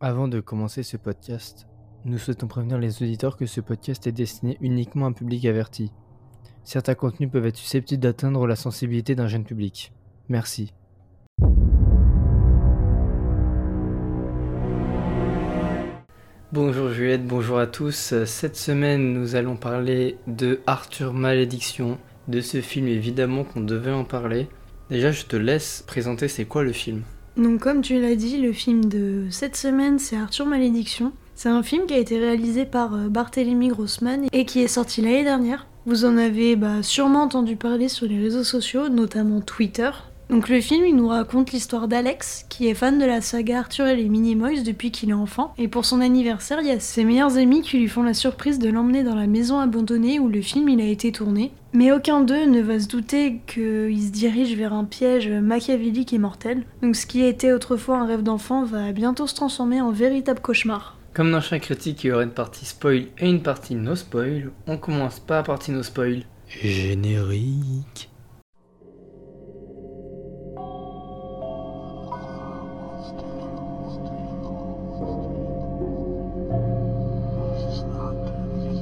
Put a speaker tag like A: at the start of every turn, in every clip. A: Avant de commencer ce podcast, nous souhaitons prévenir les auditeurs que ce podcast est destiné uniquement à un public averti. Certains contenus peuvent être susceptibles d'atteindre la sensibilité d'un jeune public. Merci. Bonjour Juliette, bonjour à tous. Cette semaine, nous allons parler de Arthur Malédiction, de ce film évidemment qu'on devait en parler. Déjà, je te laisse présenter c'est quoi le film.
B: Donc comme tu l'as dit, le film de cette semaine, c'est Arthur Malédiction. C'est un film qui a été réalisé par euh, Barthélémy Grossman et qui est sorti l'année dernière. Vous en avez bah, sûrement entendu parler sur les réseaux sociaux, notamment Twitter. Donc le film, il nous raconte l'histoire d'Alex, qui est fan de la saga Arthur et les Minimoys depuis qu'il est enfant. Et pour son anniversaire, il y a ses meilleurs amis qui lui font la surprise de l'emmener dans la maison abandonnée où le film il a été tourné. Mais aucun d'eux ne va se douter qu'il se dirige vers un piège machiavélique et mortel. Donc ce qui a été autrefois un rêve d'enfant va bientôt se transformer en véritable cauchemar.
A: Comme dans chaque critique, il y aura une partie spoil et une partie no spoil. On commence par la partie no spoil. Générique.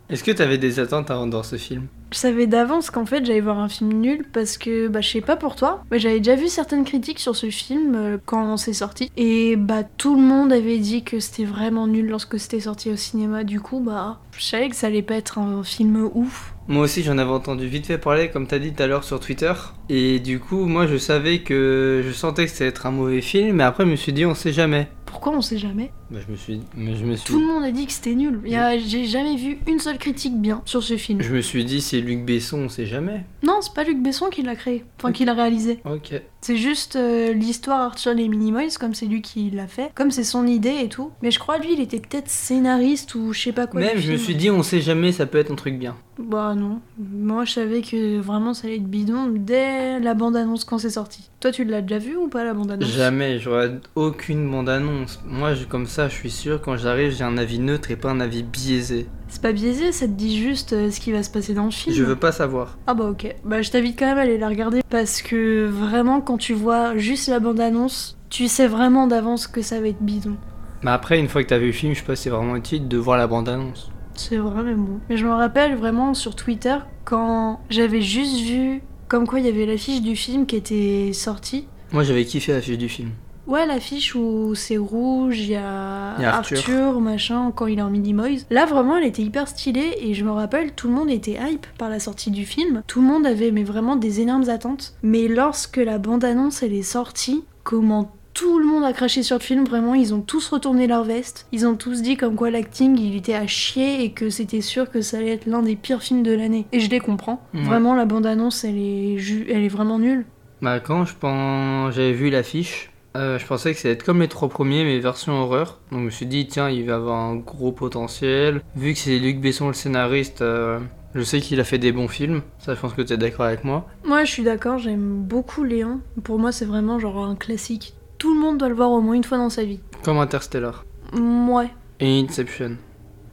A: Est-ce que t'avais des attentes avant de voir ce film
B: Je savais d'avance qu'en fait j'allais voir un film nul parce que bah je sais pas pour toi, mais j'avais déjà vu certaines critiques sur ce film euh, quand c'est sorti et bah tout le monde avait dit que c'était vraiment nul lorsque c'était sorti au cinéma. Du coup bah je savais que ça allait pas être un film ouf.
A: Moi aussi j'en avais entendu vite fait parler, comme t'as dit tout à l'heure sur Twitter. Et du coup, moi je savais que je sentais que ça allait être un mauvais film, mais après je me suis dit on sait jamais.
B: Pourquoi on sait jamais
A: Bah je me suis, mais je me suis,
B: Tout le monde a dit que c'était nul. Il y a- J'ai jamais vu une seule critique bien sur ce film.
A: je me suis dit c'est Luc Besson, on sait jamais.
B: Non, c'est pas Luc Besson qui l'a créé, enfin qui l'a réalisé.
A: Ok.
B: C'est juste euh, l'histoire Arthur et les Minimoys, comme c'est lui qui l'a fait, comme c'est son idée et tout. Mais je crois lui, il était peut-être scénariste ou je sais pas quoi.
A: Même
B: du
A: je me
B: film.
A: suis dit on sait jamais, ça peut être un truc bien.
B: Bah non, moi je savais que vraiment ça allait être bidon dès la bande-annonce quand c'est sorti. Toi tu l'as déjà vu ou pas la bande-annonce
A: Jamais, j'aurais aucune bande-annonce. Moi, je- comme ça, je suis sûr, quand j'arrive, j'ai un avis neutre et pas un avis biaisé.
B: C'est pas biaisé, ça te dit juste euh, ce qui va se passer dans le film.
A: Je veux pas savoir.
B: Ah bah ok, bah je t'invite quand même à aller la regarder parce que vraiment quand tu vois juste la bande-annonce, tu sais vraiment d'avance que ça va être bidon.
A: Mais après, une fois que t'as vu le film, je sais pas si c'est vraiment utile de voir la bande-annonce.
B: C'est vraiment bon. Mais je me rappelle vraiment sur Twitter quand j'avais juste vu comme quoi il y avait l'affiche du film qui était sortie.
A: Moi, j'avais kiffé la fiche du film.
B: Ouais, l'affiche où c'est rouge, il y a,
A: Il y a Arthur.
B: machin, quand il est en Minimoys. Là, vraiment, elle était hyper stylée et je me rappelle, tout le monde était hype par la sortie du film. Tout le monde avait mais vraiment des énormes attentes. Mais lorsque la bande-annonce, elle est sortie, comment tout le monde a craché sur le film, vraiment, ils ont tous retourné leur veste. Ils ont tous dit comme quoi l'acting, il était à chier et que c'était sûr que ça allait être l'un des pires films de l'année. Et je les comprends.
A: Ouais.
B: Vraiment, la bande-annonce, elle est, ju- elle est vraiment nulle.
A: Bah, quand je pense... j'avais vu l'affiche, euh, je pensais que ça allait être comme les trois premiers, mais version horreur. Donc, je me suis dit, tiens, il va avoir un gros potentiel. Vu que c'est Luc Besson le scénariste, euh, je sais qu'il a fait des bons films. Ça, je pense que t'es d'accord avec moi.
B: Moi, je suis d'accord, j'aime beaucoup Léon. Pour moi, c'est vraiment genre un classique. Tout le monde doit le voir au moins une fois dans sa vie.
A: Comme Interstellar.
B: Ouais.
A: Et Inception.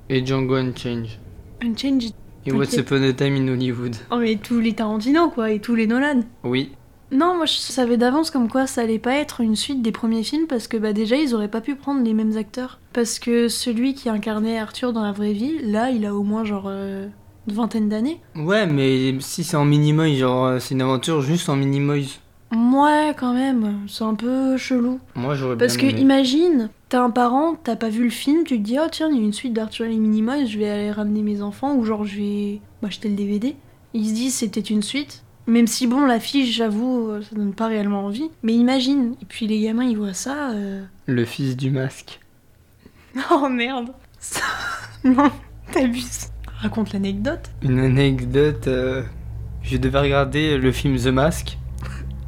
A: Et Django Unchained.
B: Unchanged.
A: Et
B: Ok.
A: What's Upon a Time in Hollywood.
B: Oh, mais tous les Tarantino, quoi, et tous les Nolan.
A: Oui.
B: Non, moi, je savais d'avance comme quoi ça allait pas être une suite des premiers films parce que, bah, déjà, ils auraient pas pu prendre les mêmes acteurs. Parce que celui qui incarnait Arthur dans la vraie vie, là, il a au moins genre euh, une vingtaine d'années.
A: Ouais, mais si c'est en Minimoys, genre euh, c'est une aventure juste en Minimoys.
B: Ouais, quand même, c'est un peu chelou.
A: Moi j'aurais bien
B: Parce que
A: aimé.
B: imagine, t'as un parent, t'as pas vu le film, tu te dis oh tiens il y a une suite d'Arthur et les Minimoys, je vais aller ramener mes enfants ou genre je vais acheter le DVD. Ils se disent c'était une suite. Même si bon l'affiche j'avoue euh, ça donne pas réellement envie. Mais imagine, et puis les gamins ils voient ça. euh,
A: Le fils du masque.
B: Oh merde. Ça- non, t'abuses. Raconte l'anecdote.
A: Une anecdote, euh, je devais regarder le film The Mask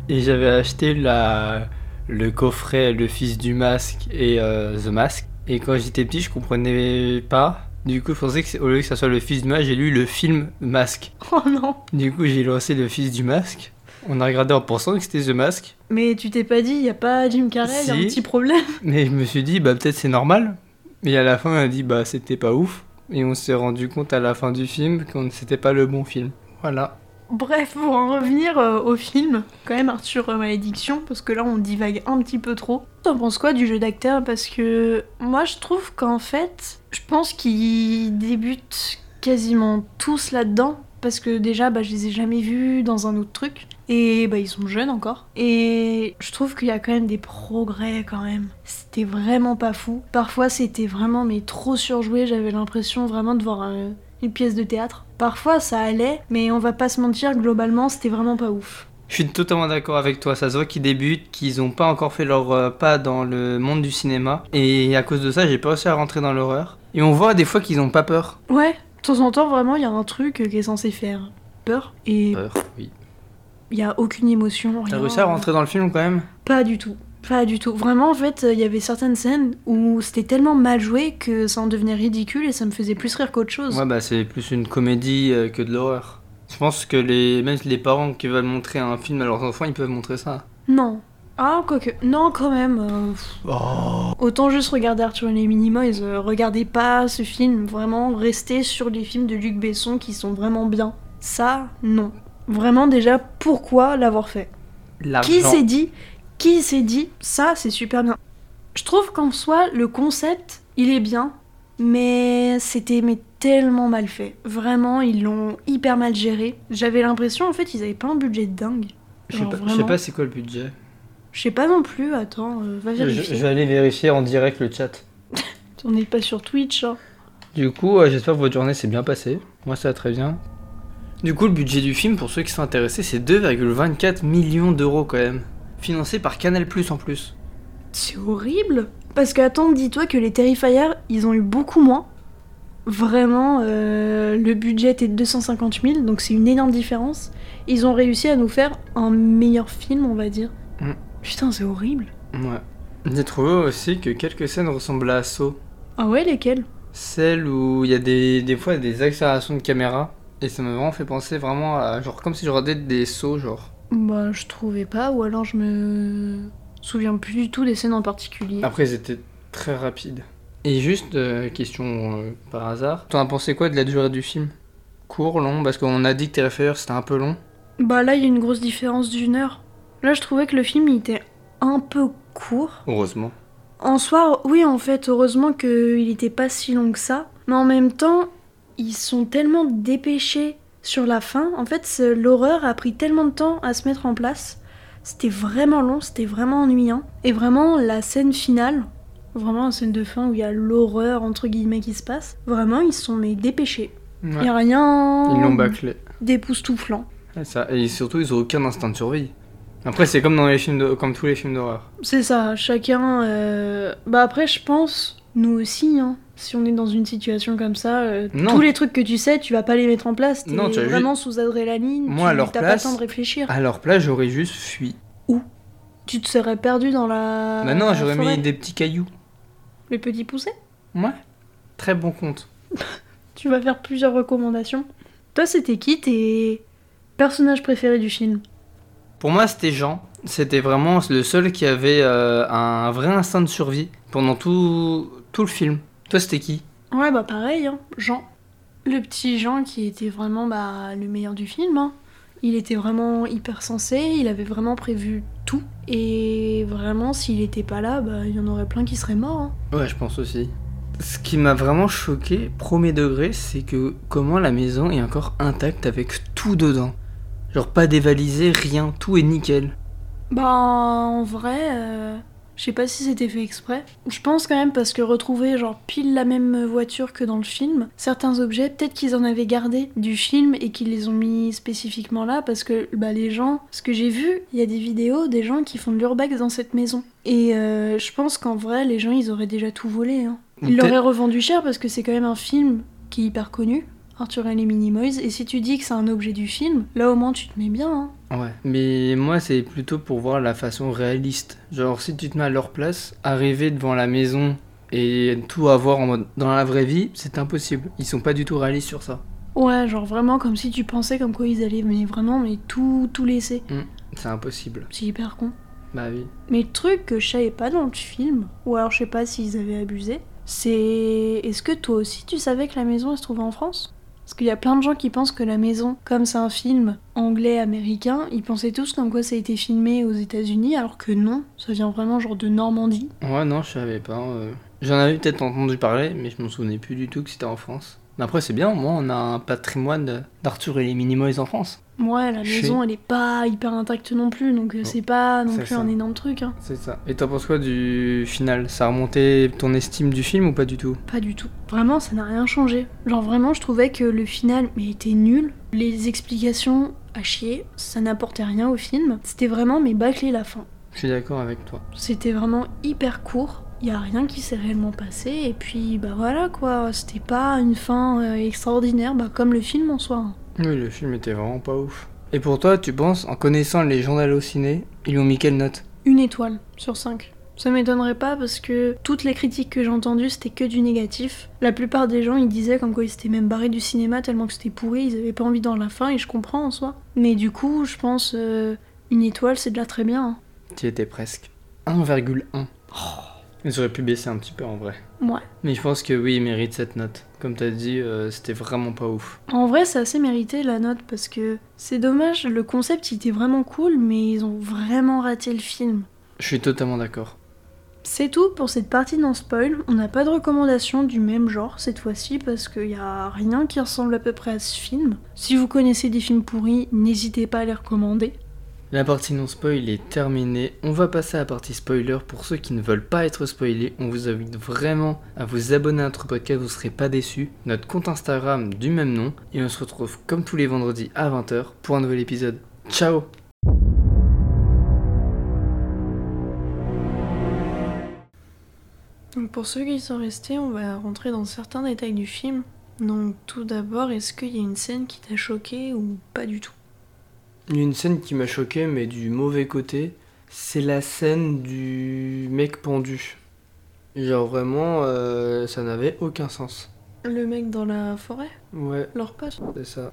A: et j'avais acheté la... le coffret Le fils du masque et euh, The Mask. Et quand j'étais petit, je comprenais pas. Du coup, je pensais que c'est- au lieu que ça soit le fils du masque, j'ai lu le film Masque.
B: Oh non.
A: Du coup, j'ai lancé le fils du masque. On a regardé en pensant que c'était The Mask.
B: Mais tu t'es pas dit y a pas Jim Carrey, y a un
A: Si.
B: petit problème.
A: Mais je me suis dit, bah peut-être c'est normal. Et à la fin, on a dit, bah c'était pas ouf. Et on s'est rendu compte à la fin du film qu'on ne c'était pas le bon film. Voilà.
B: Bref, pour en revenir euh, au film, quand même Arthur euh, Malédiction, parce que là on divague un petit peu trop. T'en penses quoi du jeu d'acteur Parce que moi je trouve qu'en fait, je pense qu'ils débutent quasiment tous là-dedans. Parce que déjà, bah, je les ai jamais vus dans un autre truc. Et bah, ils sont jeunes encore. Et je trouve qu'il y a quand même des progrès quand même. C'était vraiment pas fou. Parfois, c'était vraiment mais trop surjoué. J'avais l'impression vraiment de voir euh, un- une pièce de théâtre. Parfois, ça allait, mais on va pas se mentir, globalement, c'était vraiment pas ouf.
A: Je suis totalement d'accord avec toi, ça se voit qu'ils débutent, qu'ils n'ont pas encore fait leur euh, pas dans le monde du cinéma, et à cause de ça, j'ai pas réussi à rentrer dans l'horreur. Et on voit des fois qu'ils n'ont pas peur.
B: Ouais, de temps en temps, vraiment, il y a un truc euh, qui est censé faire peur et
A: Peur, oui.
B: il y a aucune émotion.
A: T'as
B: rien.
A: réussi à rentrer dans le film quand même
B: Pas du tout. Pas du tout. Vraiment, en fait, euh, il y avait certaines scènes où c'était tellement mal joué que ça en devenait ridicule et ça me faisait plus rire qu'autre chose.
A: Ouais, bah c'est plus une comédie euh, que de l'horreur. Je pense que les, même les parents qui veulent montrer un film à leurs enfants, ils peuvent montrer ça.
B: Non. Ah, quoique. Non, quand même. euh, pff.
A: Oh.
B: Autant juste regarder Arthur et les Minimoys. euh, regardez pas ce film. Vraiment, restez sur les films de Luc Besson qui sont vraiment bien. Ça, non. Vraiment, déjà, pourquoi l'avoir fait Qui
A: L'argent.
B: s'est dit Qui s'est dit Ça, c'est super bien. Je trouve qu'en soi, le concept, il est bien, mais c'était mais tellement mal fait. Vraiment, ils l'ont hyper mal géré. J'avais l'impression, en fait, ils avaient pas un budget de dingue.
A: Je sais
B: Genre,
A: pas, je sais
B: vraiment.
A: pas c'est quoi le budget.
B: Je sais pas non plus, attends, euh, va
A: Je,
B: vérifier.
A: je vais aller vérifier en direct le chat.
B: On n'est pas sur Twitch. hein.
A: Du coup, euh, j'espère que votre journée s'est bien passée. Moi, ça va très bien. Du coup, le budget du film, pour ceux qui sont intéressés, c'est 2,24 millions d'euros quand même. Financé par Canal Plus en plus.
B: C'est horrible. Parce que attends, dis-toi que les Terrifier, ils ont eu beaucoup moins. Vraiment, euh, le budget était de 250 000, donc c'est une énorme différence. Ils ont réussi à nous faire un meilleur film, on va dire.
A: Mm.
B: Putain, c'est horrible.
A: Ouais. J'ai trouvé aussi que quelques scènes ressemblent à Saw.
B: Ah ouais, lesquels
A: Celle où il y a des, des fois des accélérations de caméra. Et ça m'a vraiment fait penser vraiment à. Genre, comme si je regardais des sauts, genre.
B: Bah, je trouvais pas, ou alors je me souviens plus du tout des scènes en particulier.
A: Après, ils étaient très rapides. Et juste, euh, question euh, par hasard, t'en as pensé quoi de la durée du film Court, long Parce qu'on a dit que Terrifier c'était un peu long.
B: Bah là, il y a une grosse différence d'une heure. Là, je trouvais que le film, il était un peu court.
A: Heureusement.
B: En soi, oui, en fait, heureusement qu'il n'était pas si long que ça. Mais en même temps, ils sont tellement dépêchés sur la fin. En fait, ce- l'horreur a pris tellement de temps à se mettre en place. C'était vraiment long, c'était vraiment ennuyant. Et vraiment, la scène finale, vraiment la scène de fin où il y a l'horreur, entre guillemets, qui se passe, vraiment, ils sont mais dépêchés. Il n'y a rien
A: Ils l'ont bâclé.
B: d'époustouflant.
A: Et, ça- et surtout, ils ont aucun instinct de survie. Après, c'est comme dans les films de- comme tous les films d'horreur.
B: C'est ça, chacun. euh, Bah après, je pense, nous aussi, hein, si on est dans une situation comme ça, euh,
A: Non.
B: tous les trucs que tu sais, tu vas pas les mettre en place. T'es
A: Non, tu as vu-
B: vraiment sous adrénaline.
A: Moi,
B: tu-
A: à leur
B: t'as
A: place-
B: pas le temps de réfléchir.
A: Alors là, j'aurais juste fui.
B: Tu te serais perdu dans la.
A: Maintenant,
B: Euh, la
A: Bah j'aurais
B: forêt.
A: mis des petits cailloux.
B: Les petits poussés.
A: Ouais. Très bon compte.
B: Tu vas faire plusieurs recommandations. Toi, c'était qui tes personnages préférés du film
A: Pour moi, c'était Jean. C'était vraiment le seul qui avait euh, un vrai instinct de survie pendant tout, tout le film. Toi, c'était qui
B: Ouais, bah pareil, hein, Jean. Le petit Jean qui était vraiment bah, le meilleur du film. hein. Il était vraiment hyper sensé, il avait vraiment prévu tout. Et vraiment, s'il était pas là, bah, il y en aurait plein qui seraient morts. hein.
A: Ouais, je pense aussi. Ce qui m'a vraiment choqué, premier degré, c'est que comment la maison est encore intacte avec tout dedans. Genre pas dévalisé, rien, tout est nickel.
B: Bah, en vrai, euh, je sais pas si c'était fait exprès. Je pense quand même parce que retrouver genre pile la même voiture que dans le film, certains objets, peut-être qu'ils en avaient gardé du film et qu'ils les ont mis spécifiquement là parce que bah, les gens, ce que j'ai vu, il y a des vidéos des gens qui font de l'urbex dans cette maison. Et euh, je pense qu'en vrai, les gens ils auraient déjà tout volé. hein. Ils
A: Peut-être-
B: l'auraient revendu cher parce que c'est quand même un film qui est hyper connu. Arthur et les Minimoys, et si tu dis que c'est un objet du film, là au moins tu te mets bien. hein.
A: Ouais, mais moi c'est plutôt pour voir la façon réaliste. Genre si tu te mets à leur place, arriver devant la maison et tout avoir en mode dans la vraie vie, c'est impossible. Ils sont pas du tout réalistes sur ça.
B: Ouais, genre vraiment comme si tu pensais comme quoi ils allaient mais vraiment mais tout tout laisser.
A: C'est impossible.
B: C'est hyper con.
A: Bah oui.
B: Mais le truc que je savais pas dans le film, ou alors je sais pas s'ils avaient abusé, c'est est-ce que toi aussi tu savais que la maison elle se trouvait en France Parce qu'il y a plein de gens qui pensent que La Maison, comme c'est un film anglais-américain, ils pensaient tous comme quoi ça a été filmé aux États-Unis, alors que non, ça vient vraiment genre de Normandie.
A: Ouais, non, je savais pas. euh. J'en avais peut-être entendu parler, mais je m'en souvenais plus du tout que c'était en France. Mais après, c'est bien, au moins, on a un patrimoine d'Arthur et les Minimoys en France.
B: Ouais, La
A: Chez-
B: Maison, elle est pas hyper intacte non plus, donc euh,
A: Non.
B: c'est pas non
A: C'est
B: plus
A: ça.
B: un énorme truc. hein.
A: C'est ça. Et t'en penses quoi du final Ça a remonté ton estime du film ou pas du tout
B: Pas du tout. Vraiment, ça n'a rien changé. Genre vraiment, je trouvais que le final mais était nul. Les explications à chier, ça n'apportait rien au film. C'était vraiment mais bâclé la fin.
A: Je suis d'accord avec toi.
B: C'était vraiment hyper court. Il y a rien qui s'est réellement passé et puis bah voilà quoi, c'était pas une fin euh, extraordinaire bah comme le film en soi. hein.
A: Oui, le film était vraiment pas ouf. Et pour toi, tu penses, en connaissant les gens d'Allociné, ils lui ont mis quelle note
B: Une étoile sur 5. Ça m'étonnerait pas parce que toutes les critiques que j'ai entendues c'était que du négatif. La plupart des gens ils disaient comme quoi ils s'étaient même barrés du cinéma tellement que c'était pourri, ils avaient pas envie d'en la fin et je comprends en soi. Mais du coup je pense euh, une étoile c'est déjà très bien. hein.
A: Tu étais presque. 1,1. Ils auraient pu baisser un petit peu en vrai.
B: Ouais.
A: Mais je pense que oui, il mérite cette note. Comme t'as dit, euh, c'était vraiment pas ouf.
B: En vrai c'est assez mérité la note parce que c'est dommage, le concept il était vraiment cool mais ils ont vraiment raté le film.
A: Je suis totalement d'accord.
B: C'est tout pour cette partie non spoil. On n'a pas de recommandation du même genre cette fois-ci parce qu'il n'y a rien qui ressemble à peu près à ce film. Si vous connaissez des films pourris, n'hésitez pas à les recommander.
A: La partie non spoil est terminée. On va passer à la partie spoiler. Pour ceux qui ne veulent pas être spoilés, on vous invite vraiment à vous abonner à notre podcast, vous serez pas déçus. Notre compte Instagram du même nom. Et on se retrouve comme tous les vendredis à 20h pour un nouvel épisode. Ciao
B: Donc pour ceux qui sont restés, on va rentrer dans certains détails du film. Donc tout d'abord, est-ce qu'il y a une scène qui t'a choqué ou pas du tout
A: Il y a une scène qui m'a choqué, mais du mauvais côté, c'est la scène du mec pendu. Genre vraiment, euh, ça n'avait aucun sens.
B: Le mec dans la forêt
A: Ouais,
B: Leur pote
A: c'est ça.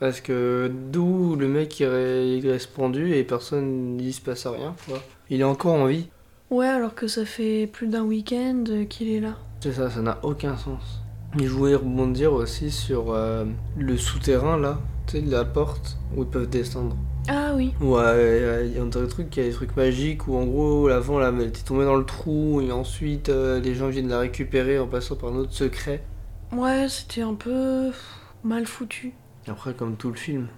A: Parce que d'où le mec il re- il reste pendu et personne n'y se passe rien, quoi. Il est encore en vie.
B: Ouais, alors que ça fait plus d'un week-end euh, qu'il est là.
A: C'est ça, ça n'a aucun sens. Et je voulais rebondir aussi sur euh, le souterrain là, tu sais, de la porte où ils peuvent descendre.
B: Ah oui,
A: Ouais, il y a un tas de trucs, il y a des trucs magiques où en gros, l'avant, là, elle était tombée dans le trou et ensuite euh, les gens viennent la récupérer en passant par un autre secret.
B: ouais, c'était un peu mal foutu.
A: Et après, comme tout le film.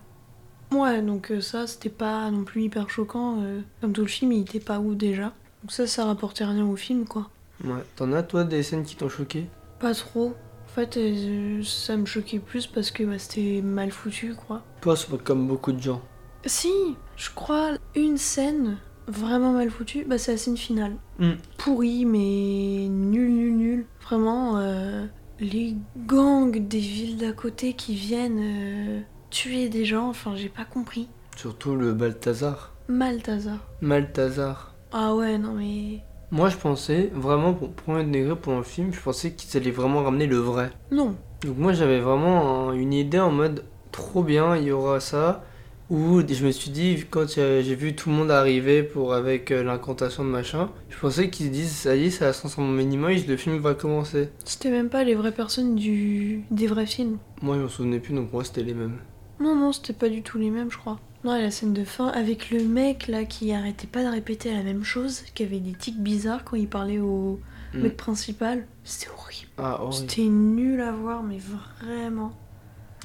B: Ouais, donc euh, ça, c'était pas non plus hyper choquant. euh, Comme tout le film, il était pas ouf déjà. Donc ça, ça rapportait rien au film, quoi.
A: Ouais. T'en as, toi, des scènes qui t'ont choqué
B: Pas trop. En fait, euh, ça me choquait plus parce que bah, c'était mal foutu, quoi.
A: Toi, c'est pas comme beaucoup de gens.
B: Si, je crois, une scène vraiment mal foutue, bah, c'est la scène finale.
A: Hmm.
B: Pourrie, mais nul, nul, nul. Vraiment, euh, les gangs des villes d'à côté qui viennent euh, tuer des gens, enfin, j'ai pas compris.
A: Surtout le Balthazar.
B: Maltazar.
A: Malthazar.
B: Ah ouais, non mais...
A: Moi, je pensais vraiment, pour premier degré, pour un film, je pensais qu'ils allaient vraiment ramener le vrai.
B: Non,
A: Donc, moi, j'avais vraiment hein, une idée en mode trop bien, il y aura ça. Ou je me suis dit, quand euh, j'ai vu tout le monde arriver pour avec euh, l'incantation de machin, je pensais qu'ils se disent, ça y est, ça transforme en Minimoys, le film va commencer.
B: C'était même pas les vraies personnes du... des vrais films.
A: Moi, je m'en souvenais plus, donc moi, c'était les mêmes.
B: Non, non, c'était pas du tout les mêmes, je crois. Non, et la scène de fin avec le mec là qui arrêtait pas de répéter la même chose, qui avait des tics bizarres quand il parlait au
A: Mm.
B: mec principal, c'était horrible.
A: Ah, horrible.
B: C'était nul à voir, mais vraiment.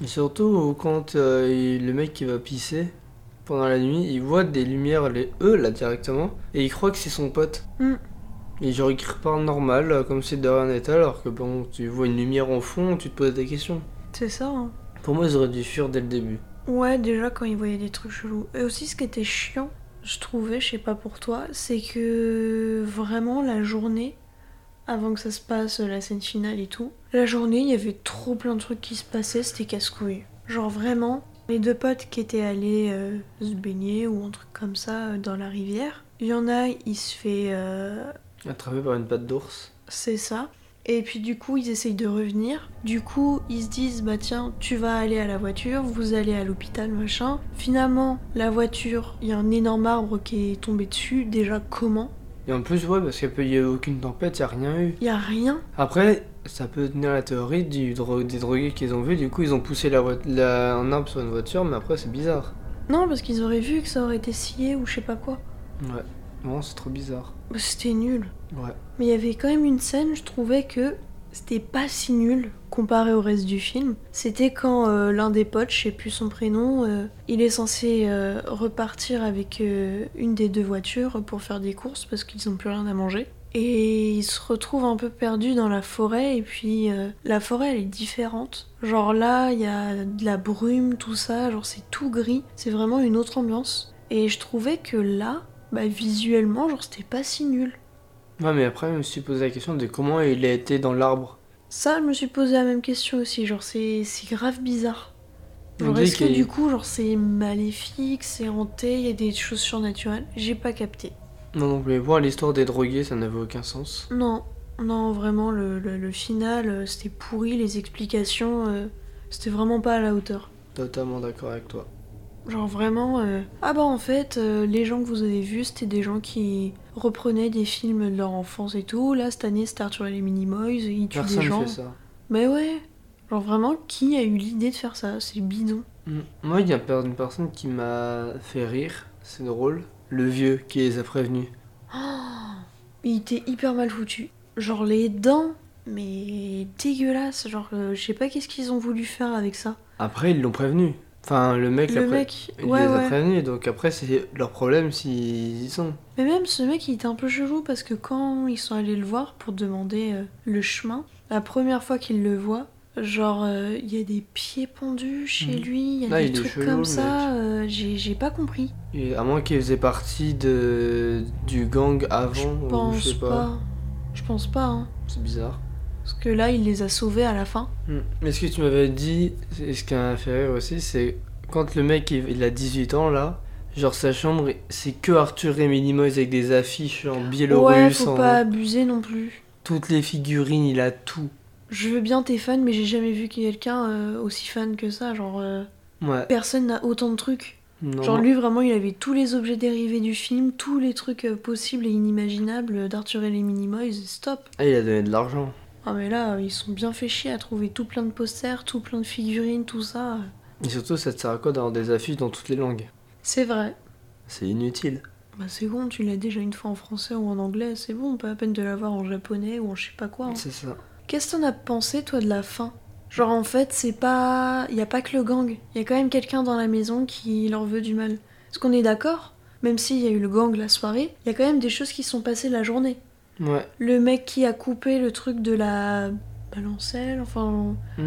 A: Et surtout quand euh, il- le mec qui va pisser pendant la nuit, il voit des lumières, les E là directement, et il croit que c'est son pote.
B: Mm.
A: Et genre il repart normal, euh, comme si de rien n'était, alors que bon, tu vois une lumière en fond, tu te poses des questions.
B: C'est ça, hein.
A: Pour moi, ils auraient dû fuir dès le début.
B: Ouais, déjà quand il voyait des trucs chelous. Et aussi, ce qui était chiant, je trouvais, je sais pas pour toi, c'est que vraiment la journée, avant que ça se passe, la scène finale et tout, la journée, il y avait trop plein de trucs qui se passaient, c'était casse-couille. Genre vraiment, les deux potes qui étaient allés euh, se baigner ou un truc comme ça euh, dans la rivière, il y en a, il se fait. euh,
A: Attrapé par une patte d'ours.
B: c'est ça. Et puis du coup, ils essayent de revenir. Du coup, ils se disent, bah tiens, tu vas aller à la voiture, vous allez à l'hôpital, machin. Finalement, la voiture, il y a un énorme arbre qui est tombé dessus. Déjà, comment
A: Et en plus, ouais, parce qu'il n'y a eu aucune tempête, il n'y a rien eu.
B: Y a rien.
A: Après, ça peut tenir la théorie du dro- des drogués qu'ils ont vus, du coup, ils ont poussé la voit- la- un arbre sur une voiture, mais après, c'est bizarre.
B: Non, parce qu'ils auraient vu que ça aurait été scié ou je sais pas quoi.
A: Ouais. Non, c'est trop bizarre.
B: Bah, C'était nul.
A: Ouais.
B: Mais il y avait quand même une scène, je trouvais que c'était pas si nul comparé au reste du film. C'était quand euh, l'un des potes, je sais plus son prénom, euh, il est censé euh, repartir avec euh, une des deux voitures pour faire des courses parce qu'ils ont plus rien à manger. Et il se retrouve un peu perdu dans la forêt et puis euh, la forêt elle est différente. Genre là, il y a de la brume, tout ça, genre c'est tout gris, c'est vraiment une autre ambiance. Et je trouvais que là, bah visuellement, genre c'était pas si nul.
A: Ouais, mais après, je me suis posé la question de comment il a été dans l'arbre.
B: Ça, je me suis posé la même question aussi. Genre, c'est c'est grave bizarre.
A: On
B: Genre,
A: dit
B: est-ce que
A: qu'il-
B: du coup, genre, c'est maléfique, c'est hanté, il y a des choses surnaturelles J'ai pas capté.
A: Non, non, mais voir l'histoire des drogués, ça n'avait aucun sens.
B: Non, non, vraiment, le, le- le final, euh, c'était pourri, les explications, euh, c'était vraiment pas à la hauteur.
A: Totalement d'accord avec toi.
B: Genre, vraiment, euh, ah bah en fait, euh, les gens que vous avez vus, c'était des gens qui reprenaient des films de leur enfance et tout. Là, cette année, c'était Arthur et les Minimoys, ils tuent
A: Personne
B: des gens.
A: fait ça.
B: Mais ouais, genre, vraiment, qui a eu l'idée de faire ça C'est bidon.
A: Mm. Moi, il y a per- une personne qui m'a fait rire, c'est drôle. Le vieux qui les a prévenus.
B: Il était hyper mal foutu. Genre les dents, mais dégueulasse. Genre, euh, je sais pas qu'est-ce qu'ils ont voulu faire avec ça.
A: Après, ils l'ont prévenu. Enfin, le mec, l'a
B: Le
A: pré-
B: mec,
A: il
B: ouais,
A: les a
B: ouais.
A: prévenus. Donc après, c'est leur problème s'ils y sont.
B: Mais même ce mec, il était un peu chelou parce que quand ils sont allés le voir pour demander euh, le chemin, la première fois qu'ils le voient, genre, euh, il y a des pieds pendus chez
A: Mhm.
B: lui, il y a
A: Ah,
B: des
A: il est
B: trucs
A: chelou,
B: comme
A: le
B: ça. euh, J'ai j'ai pas compris.
A: Et à moins qu'ils faisaient partie de... du gang avant,
B: je
A: ou
B: pense
A: je sais
B: pas.
A: pas.
B: Je pense pas, hein.
A: C'est bizarre.
B: Parce que là, il les a sauvés à la fin.
A: Mm. Mais ce que tu m'avais dit, et ce qui m'a fait rire aussi, c'est quand le mec il il a 18 ans là, genre sa chambre c'est que Arthur et Minimoys avec des affiches en
B: ouais,
A: biélorusse,
B: faut
A: en-
B: pas abuser non plus.
A: toutes les figurines, il a tout.
B: Je veux bien tes fans, mais j'ai jamais vu quelqu'un euh, aussi fan que ça. Genre, euh,
A: Ouais,
B: personne n'a autant de trucs.
A: non.
B: Genre, lui, vraiment, il avait tous les objets dérivés du film, tous les trucs euh, possibles et inimaginables euh, d'Arthur et les Minimoys. Stop.
A: Ah, il a donné de l'argent.
B: Ah, mais là, euh, ils sont bien fait chier à trouver tout plein de posters, tout plein de figurines, tout ça.
A: Et surtout, ça te sert à quoi d'avoir des affiches dans toutes les langues
B: C'est vrai.
A: C'est inutile.
B: Bah, c'est bon, tu l'as déjà une fois en français ou en anglais, c'est bon, pas la peine de l'avoir en japonais ou en je sais pas quoi. hein.
A: C'est ça.
B: Qu'est-ce que t'en as pensé, toi, de la fin Genre, en fait, c'est pas. Y a pas que le gang. Y a quand même quelqu'un dans la maison qui leur veut du mal. Est-ce qu'on est d'accord Même s'il y a eu le gang la soirée, y a quand même des choses qui se sont passées la journée.
A: Ouais.
B: Le mec qui a coupé le truc de la balancelle, enfin.
A: Mm.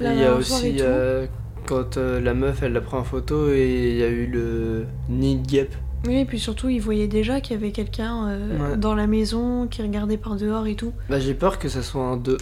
A: Et
B: la
A: il y a
B: balançoire et
A: aussi
B: tout.
A: euh, quand euh, la meuf elle l'a pris en photo et il y a eu le Need Gap.
B: Oui, et puis surtout, il voyait déjà qu'il y avait quelqu'un euh,
A: Ouais.
B: dans la maison qui regardait par dehors et tout.
A: Bah, j'ai peur que ça soit un 2.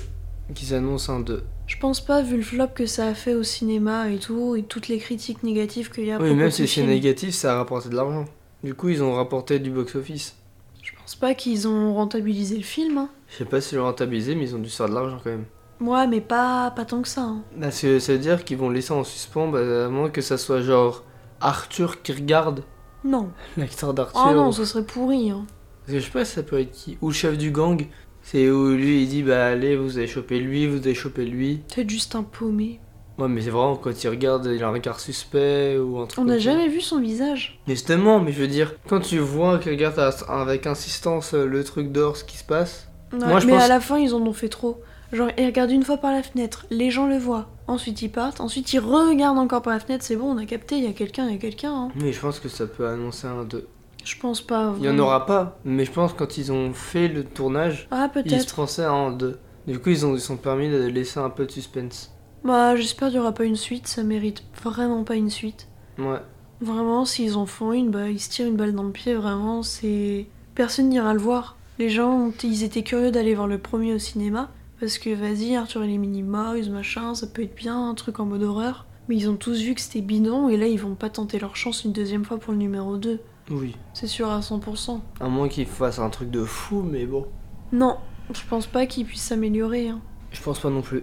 A: Qu'ils annoncent un 2.
B: Je pense pas, vu le flop que ça a fait au cinéma et tout, et toutes les critiques négatives qu'il y a à
A: Oui,
B: propos
A: même
B: de ce
A: si c'est
B: film.
A: négatif, ça a rapporté de l'argent. Du coup, ils ont rapporté du box-office.
B: Je pense pas qu'ils ont rentabilisé le film. Hein.
A: Je sais pas si ils l'ont rentabilisé, mais ils ont dû se faire de l'argent quand même.
B: Ouais, mais pas, pas tant que ça. hein.
A: Parce que ça veut dire qu'ils vont laisser en suspens, bah, à moins que ça soit genre Arthur qui regarde
B: Non.
A: l'acteur d'Arthur.
B: Oh non,
A: ou-
B: ce serait pourri. hein.
A: Parce que je sais pas, ça peut être qui Ou le chef du gang, c'est où lui il dit bah allez, vous avez chopé lui, vous avez chopé lui.
B: C'est juste un paumé.
A: Ouais, mais c'est vraiment quand il regarde, il a un regard suspect ou un truc.
B: On n'a
A: comme ça.
B: jamais vu son visage.
A: Mais justement, mais je veux dire, quand tu vois qu'il regarde à- avec insistance euh, le truc d'or, ce qui se passe.
B: Ouais,
A: Moi, je
B: mais
A: pense-
B: à la fin, ils en ont fait trop. Genre, ils regardent une fois par la fenêtre, les gens le voient. Ensuite, ils partent. Ensuite, ils regardent encore par la fenêtre. C'est bon, on a capté, il y a quelqu'un, il y a quelqu'un. hein.
A: Mais je pense que ça peut annoncer un 2.
B: Je pense pas.
A: Il y en
B: vraiment.
A: aura pas, mais je pense quand ils ont fait le tournage,
B: Ah,
A: ils se
B: peut-être.
A: pensaient à un 2. Du coup, ils ont ils sont permis de laisser un peu de suspense.
B: Bah, j'espère qu'il y aura pas une suite. Ça mérite vraiment pas une suite.
A: Ouais.
B: Vraiment, s'ils en font une, bah, ils se tirent une balle dans le pied, vraiment, c'est... Personne n'ira le voir. Les gens, ont- ils étaient curieux d'aller voir le premier au cinéma, parce que vas-y, Arthur et les Minimoys, machin, ça peut être bien, un truc en mode horreur. Mais ils ont tous vu que c'était bidon, et là, ils vont pas tenter leur chance une deuxième fois pour le numéro 2.
A: Oui.
B: C'est sûr à 100%.
A: À moins qu'ils fassent un truc de fou, mais bon.
B: Non, je pense pas qu'ils puissent s'améliorer. hein.
A: Je pense pas non plus.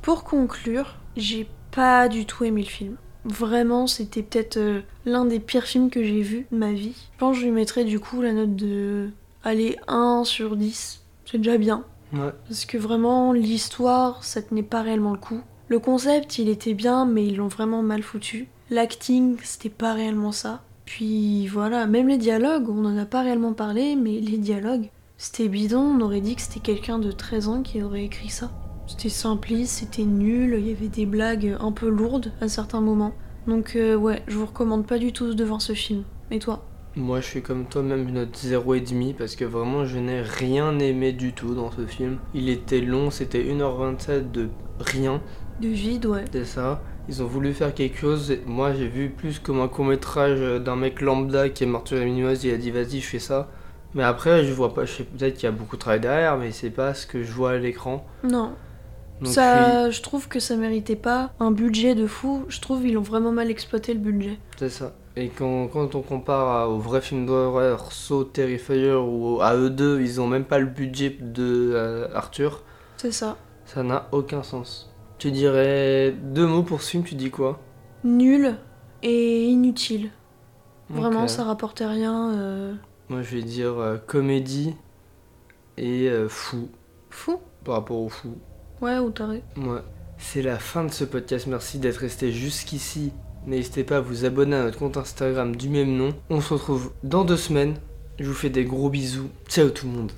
B: Pour conclure, j'ai pas du tout aimé le film. Vraiment, c'était peut-être euh, l'un des pires films que j'ai vu de ma vie. Je pense que je lui mettrais du coup la note de. Allez, 1 sur 10. C'est déjà bien.
A: Ouais.
B: Parce que vraiment, l'histoire, ça tenait pas réellement le coup. Le concept, il était bien, mais ils l'ont vraiment mal foutu. L'acting, c'était pas réellement ça. Puis voilà, même les dialogues, on en a pas réellement parlé, mais les dialogues, c'était bidon, on aurait dit que c'était quelqu'un de 13 ans qui aurait écrit ça. C'était simpliste, c'était nul, il y avait des blagues un peu lourdes à certains moments. Donc euh, ouais, je vous recommande pas du tout de voir ce film. Et toi
A: Moi, je suis comme toi, même une note 0,5 parce que vraiment, je n'ai rien aimé du tout dans ce film. Il était long, c'était 1h27 de rien.
B: De vide, ouais.
A: C'était ça. Ils ont voulu faire quelque chose. et Moi, j'ai vu plus comme un court-métrage euh, d'un mec lambda qui est mort sur la mineuse. Il a dit, vas-y, je fais ça. Mais après, je vois pas. Je sais peut-être qu'il y a beaucoup de travail derrière, mais c'est pas ce que je vois à l'écran.
B: Non,
A: Donc,
B: ça, je trouve que ça méritait pas un budget de fou. Je trouve ils ont vraiment mal exploité le budget.
A: je- c'est ça. Et quand, quand on compare à- aux vrais films d'horreur, Saw, Terrifier ou à eux deux, ils ont même pas le budget de euh, Arthur.
B: C'est ça.
A: Ça n'a aucun sens. Tu dirais deux mots pour ce film, tu dis quoi
B: Nul et inutile. Vraiment,
A: Ok.
B: ça rapportait rien. euh,
A: euh, Moi, je vais dire euh, comédie et euh, fou
B: Fou.
A: par rapport au fou.
B: Ouais, ou taré.
A: Ouais. C'est la fin de ce podcast. Merci d'être resté jusqu'ici. N'hésitez pas à vous abonner à notre compte Instagram du même nom. On se retrouve dans deux semaines. Je vous fais des gros bisous. Ciao tout le monde.